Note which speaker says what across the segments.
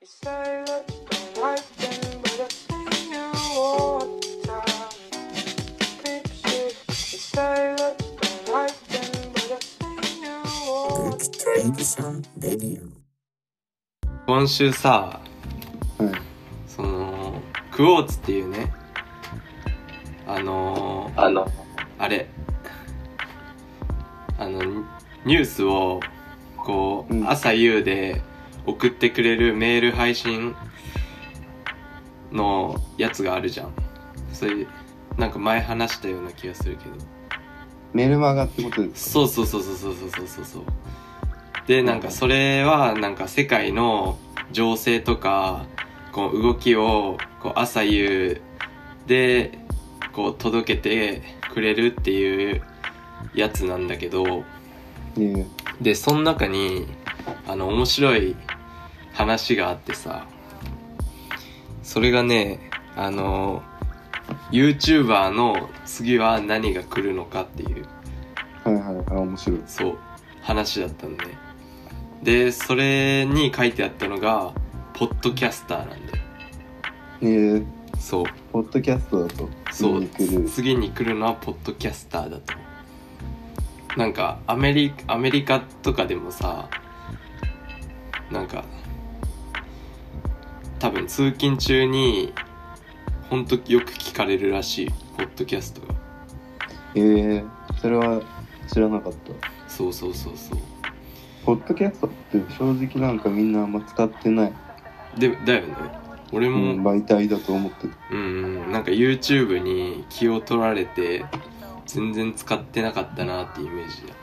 Speaker 1: You say that you don't like them, but I see you all the time. Creep shit. You say that you don't like them, but I see you all the time.
Speaker 2: トレディションレディ
Speaker 3: 今週さ
Speaker 2: オ。うん。
Speaker 3: そのクォーツっていうねあのー
Speaker 2: あの、
Speaker 3: あれあのニニュースをこう、
Speaker 2: うん
Speaker 3: 朝夕で送ってくれるメール配信のやつがあるじゃんそういうなんか前話したような気がするけど
Speaker 2: メルマガってことです。
Speaker 3: そうそうそうそうそうそうそうそうそうでなんかそれはなんか世界の情勢とかこう動きをこう朝夕でこう届けてくれるっていうやつなんだけど
Speaker 2: ね
Speaker 3: でその中にあの面白い話があってさそれがねあの YouTuber の次は何が来るのかっていう
Speaker 2: はいはい。あ、面白い。
Speaker 3: そう話だったのねでそれに書いてあったのがポッドキャスターなんだよ
Speaker 2: ね
Speaker 3: そう
Speaker 2: ポッドキャストだと、
Speaker 3: そ
Speaker 2: 見
Speaker 3: う
Speaker 2: に来る。
Speaker 3: 次に来るのはポッドキャスターだとなんかアメリアメリカとかでもさなんか多分通勤中にほんとよく聞かれるらしいポッドキャストが
Speaker 2: えー、それは知らなかった。
Speaker 3: そうそうそうそう
Speaker 2: ポッドキャストって正直なんかみんなあんま使ってない、
Speaker 3: でだよね俺
Speaker 2: う
Speaker 3: も、
Speaker 2: ん、媒体だと思ってる。
Speaker 3: うんうん、なんか YouTube に気を取られて全然使ってなかったなっていうイメージだ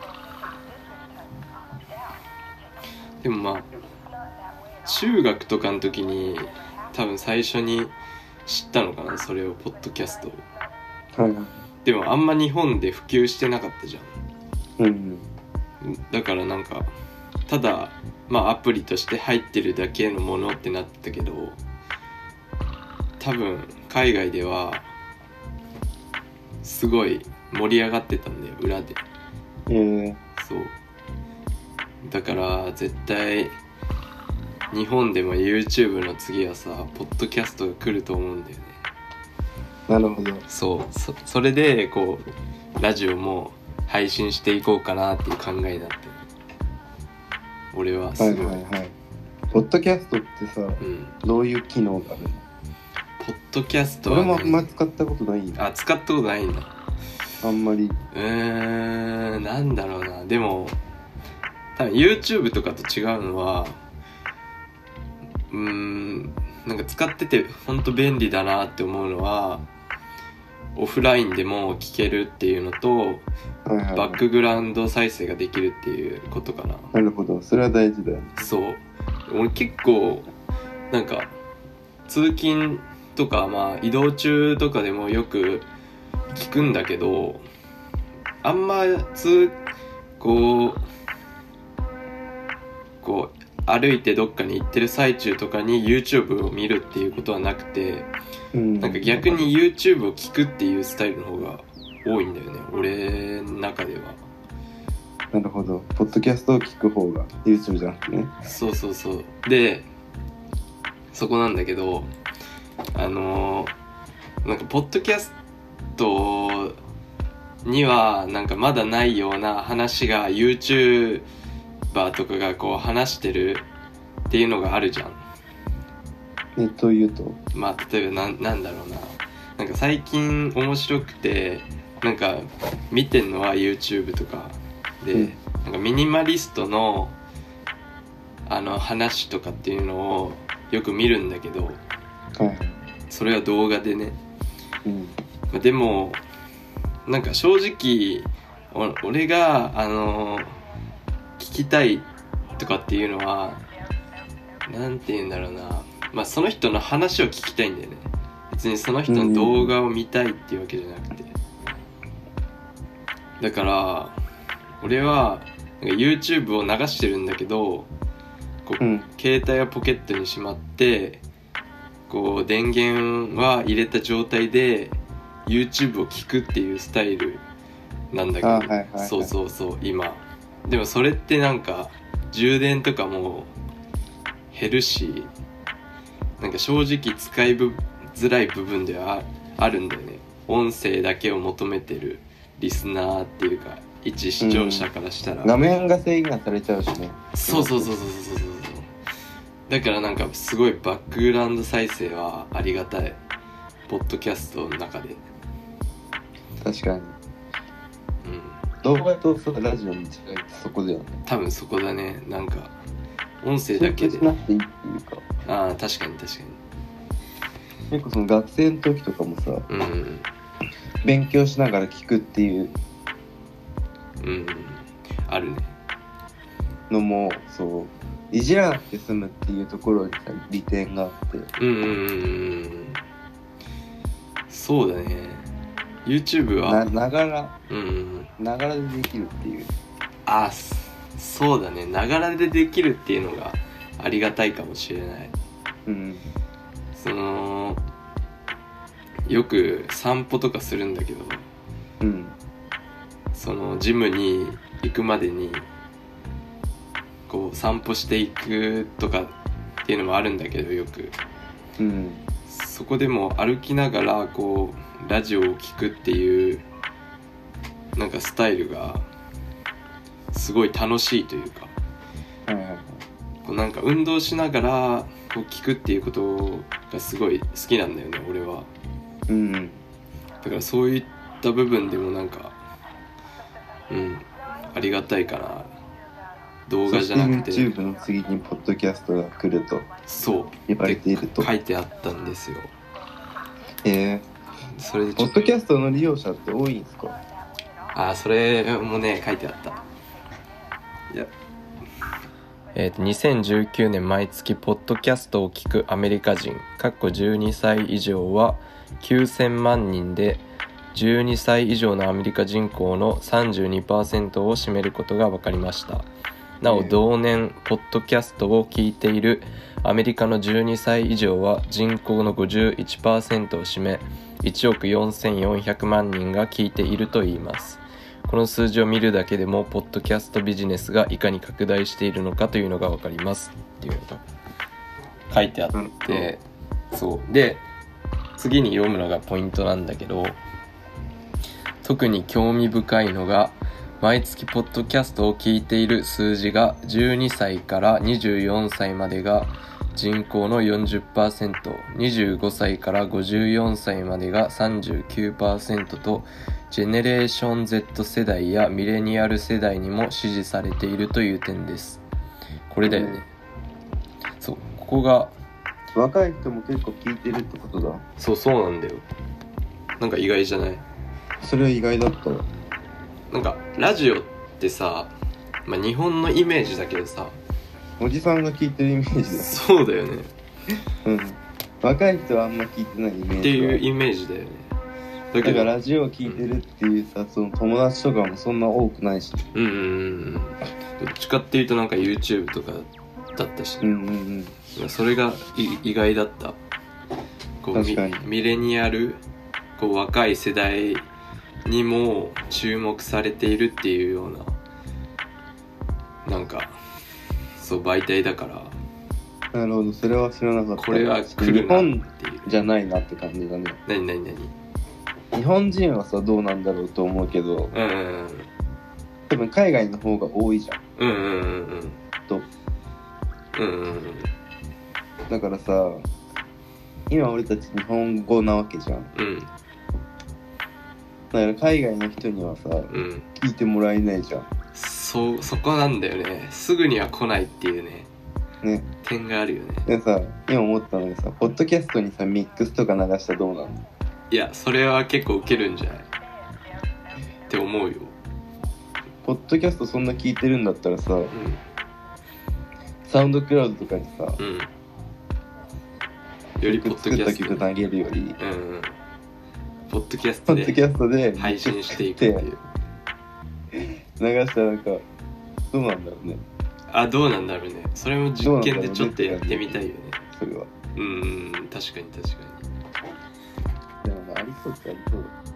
Speaker 3: でもまあ中学とかの時に多分最初に知ったのかなそれをポッドキャストを
Speaker 2: はいはい。
Speaker 3: でもあんま日本で普及してなかったじゃん
Speaker 2: うん
Speaker 3: だからなんかただまあアプリとして入ってるだけのものってなってたけど多分海外ではすごい盛り上がってたんだよ裏で
Speaker 2: うん。え
Speaker 3: そうだから絶対日本でも YouTube の次はさポッドキャストが来ると思うんだよね
Speaker 2: ー、なるほど。
Speaker 3: そうそそれでこうラジオも配信していこうかなっていう考えだった俺は
Speaker 2: は
Speaker 3: す
Speaker 2: い
Speaker 3: ごい、
Speaker 2: はいはい。ポッドキャストってさ、
Speaker 3: うん
Speaker 2: どういう機能があるの
Speaker 3: ポッドキャスト
Speaker 2: 俺
Speaker 3: は、ね、
Speaker 2: もあんま使ったことないよ。
Speaker 3: あ使ったことないんだ
Speaker 2: あんまり。
Speaker 3: うーんなんだろうなでも多分 YouTube とかと違うのはうーんなんか使っててほんと便利だなって思うのはオフラインでも聞けるっていうのと
Speaker 2: はいはい、
Speaker 3: バックグラウンド再生ができるっていうことかな
Speaker 2: なるほど。それは大事だよね。
Speaker 3: そう俺結構なんか通勤とかまあ移動中とかでもよく聞くんだけどあんま通こうこう歩いてどっかに行ってる最中とかに YouTube を見るっていうことはなくて
Speaker 2: うん。
Speaker 3: なんか逆。に YouTube を聞くっていうスタイルの方が多いんだよね俺の中では。
Speaker 2: なるほど。ポッドキャストを聞く方が、YouTube じゃなくてね。
Speaker 3: そうそうそうでそこなんだけどあのーなんかポッドキャストにはなんかまだないような話が YouTuber とかがこう話してるっていうのがあるじゃん
Speaker 2: えっと、言うと。
Speaker 3: まあ例えばなんなんだろうななんか最近面白くてなんか見てんのは YouTube とかで、
Speaker 2: うん
Speaker 3: なんかミニマリストのあの話とかっていうのをよく見るんだけど
Speaker 2: はいはい。
Speaker 3: それは動画でね
Speaker 2: うん。
Speaker 3: まあでもなんか正直お俺があの聞きたいとかっていうのはなんて言うんだろうなまあその人の話を聞きたいんだよね別にその人の動画を見たいっていうわけじゃなくてだから俺はなんか YouTube を流してるんだけどこう
Speaker 2: うん。
Speaker 3: 携帯はポケットにしまってこう電源は入れた状態で YouTube を聞くっていうスタイルなんだけど、
Speaker 2: あはいはいはい
Speaker 3: そうそうそう今でもそれってなんか充電とかも減るしなんか正直使いぶづらい部分ではああるんだよね音声だけを求めてるリスナーっていうか一視聴者からしたら、
Speaker 2: 画面が制限されちゃうしね
Speaker 3: そうそうそうそうそうそうそうだからなんかすごいバックグラウンド再生はありがたいポッドキャストの中で
Speaker 2: 確かに
Speaker 3: うん
Speaker 2: 動画とそうラジオの違いってそこだよね
Speaker 3: 多分そこだねなんか音声だ
Speaker 2: 集中
Speaker 3: けで
Speaker 2: しなくていいっていうか
Speaker 3: ああ確かに確か
Speaker 2: 結構その学生の時とかもさ
Speaker 3: にうん
Speaker 2: 勉強しながら聞くっていう
Speaker 3: うんあるね
Speaker 2: のもそういじらなくて済むっていうところにさ利点があって
Speaker 3: うんうんうんうんそうだね YouTube
Speaker 2: な
Speaker 3: は
Speaker 2: ながら
Speaker 3: うんうん
Speaker 2: ながらでできるっていう
Speaker 3: ああそそうだねながらでできるっていうのがありがたいかもしれない
Speaker 2: うん
Speaker 3: そのよく散歩とかするんだけど
Speaker 2: うん
Speaker 3: そのジムに行くまでにこう散歩していくとかっていうのもあるんだけどよく
Speaker 2: うん
Speaker 3: そこでも歩きながらこうラジオを聞くっていうなんかスタイルがすごい楽しいというか
Speaker 2: はいはいはい
Speaker 3: こうなんか運動しながらこう聞くっていうことがすごい好きなんだよね俺は。
Speaker 2: うん
Speaker 3: だからそういった部分でもなんかうんありがたいかな動画じゃな
Speaker 2: そ
Speaker 3: く
Speaker 2: して YouTube
Speaker 3: て
Speaker 2: の次にポッドキャストが来ると
Speaker 3: そう
Speaker 2: 言われていると
Speaker 3: 書いてあったんですよ
Speaker 2: えー、
Speaker 3: それでち
Speaker 2: ポ
Speaker 3: ょっ
Speaker 2: ッド
Speaker 3: と
Speaker 2: キャストの利用者って多いんですか
Speaker 3: あそれもね書いてあったいやえー、と2019年毎月ポッドキャストを聞くアメリカ人かっこ12歳以上は9,000万人で12歳以上のアメリカ人口の32%を占めることが分かりましたな
Speaker 2: え
Speaker 3: お
Speaker 2: え
Speaker 3: 同年ポッドキャストを聞いているアメリカの12歳以上は人口の51%を占め1億4400万人が聞いているといいますこの数字を見るだけでもポッドキャストビジネスがいかに拡大しているのかというのが分かりますっていうこと書いてあっ
Speaker 2: なるほど
Speaker 3: てそうで次に読むのがポイントなんだけど特に興味深いのが毎月ポッドキャストを聞いている数字が12歳から24歳までが人口の 40%25 歳から54歳までが39%とジェネレーション Z 世代やミレニアル世代にも支持されているという点ですこれだよねそうここが
Speaker 2: 若い人も結構聞いてるってことだ
Speaker 3: そうそうなんだよなんか意外じゃない
Speaker 2: それは意外だったら
Speaker 3: なんかラジオってさ、まあ、日本のイメージだけどさ
Speaker 2: おじさんが聞いてるイメージだ
Speaker 3: そうだよね
Speaker 2: うん若い人はあんま聞いてないイメージ
Speaker 3: っていう
Speaker 2: う
Speaker 3: イメージだよねだ
Speaker 2: だ
Speaker 3: け
Speaker 2: から
Speaker 3: ど
Speaker 2: ラジオを聞いてるっていうさその友達とかもそんな多くないし
Speaker 3: うんうんうんうんどっちかっていうとなんか YouTube とかだったし、
Speaker 2: う
Speaker 3: ね
Speaker 2: んうんうん
Speaker 3: それがい意外だったこうミ
Speaker 2: 確かに
Speaker 3: ミレニアルこう若い世代にも注目されているっていうようななんかそう媒体だから
Speaker 2: なるほどそれは知らなかった
Speaker 3: これは来る
Speaker 2: 日
Speaker 3: なっ
Speaker 2: 本
Speaker 3: ていう
Speaker 2: じゃないなって感じだね
Speaker 3: 何何何
Speaker 2: 日本人はさどうなんだろうと思うけど
Speaker 3: うんうん
Speaker 2: 多分海外の方が多いじゃん
Speaker 3: うんうんうんうん
Speaker 2: と
Speaker 3: うんうんうん
Speaker 2: だからさ今俺たち日本語なわけじゃんだ
Speaker 3: うん
Speaker 2: から海外の人にはさ
Speaker 3: うん
Speaker 2: 聞いてもらえないじゃん
Speaker 3: そうそこなんだよねすぐには来ないっていうね
Speaker 2: ね
Speaker 3: 点があるよね
Speaker 2: でさ今思ったのがさポッドキャストにさミックスとか流したらどうなの
Speaker 3: いやそれは結構ウケるんじゃないって思うよ、
Speaker 2: ポッドキャストそんな聞いてるんだったらさ
Speaker 3: う
Speaker 2: サウンドクラウドとかにさ
Speaker 3: んうん、よりポッドキ
Speaker 2: 作っ
Speaker 3: ャスト
Speaker 2: た曲投げるより
Speaker 3: うんうんポッドキャス
Speaker 2: ポ
Speaker 3: ト
Speaker 2: ッドキ
Speaker 3: で
Speaker 2: ャストで
Speaker 3: 配信していくって いう
Speaker 2: 流したらなんかどうなんだろうね
Speaker 3: あどうなんだろうねそれも実験でちょっとやってみたいよね
Speaker 2: それは
Speaker 3: うんうん確かに確かに
Speaker 2: でもありそうっちゃありそうだ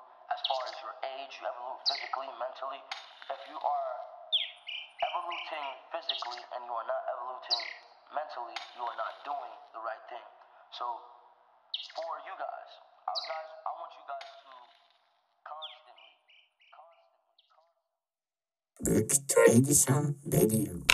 Speaker 4: age you evolve physically, mentally, if you are evoluting physically and you are not evoluting mentally, you are not doing the right thing. So, for you guys, I guys, I want you guys to constantly, constantly, constantly.
Speaker 5: ブキとエディションレディオ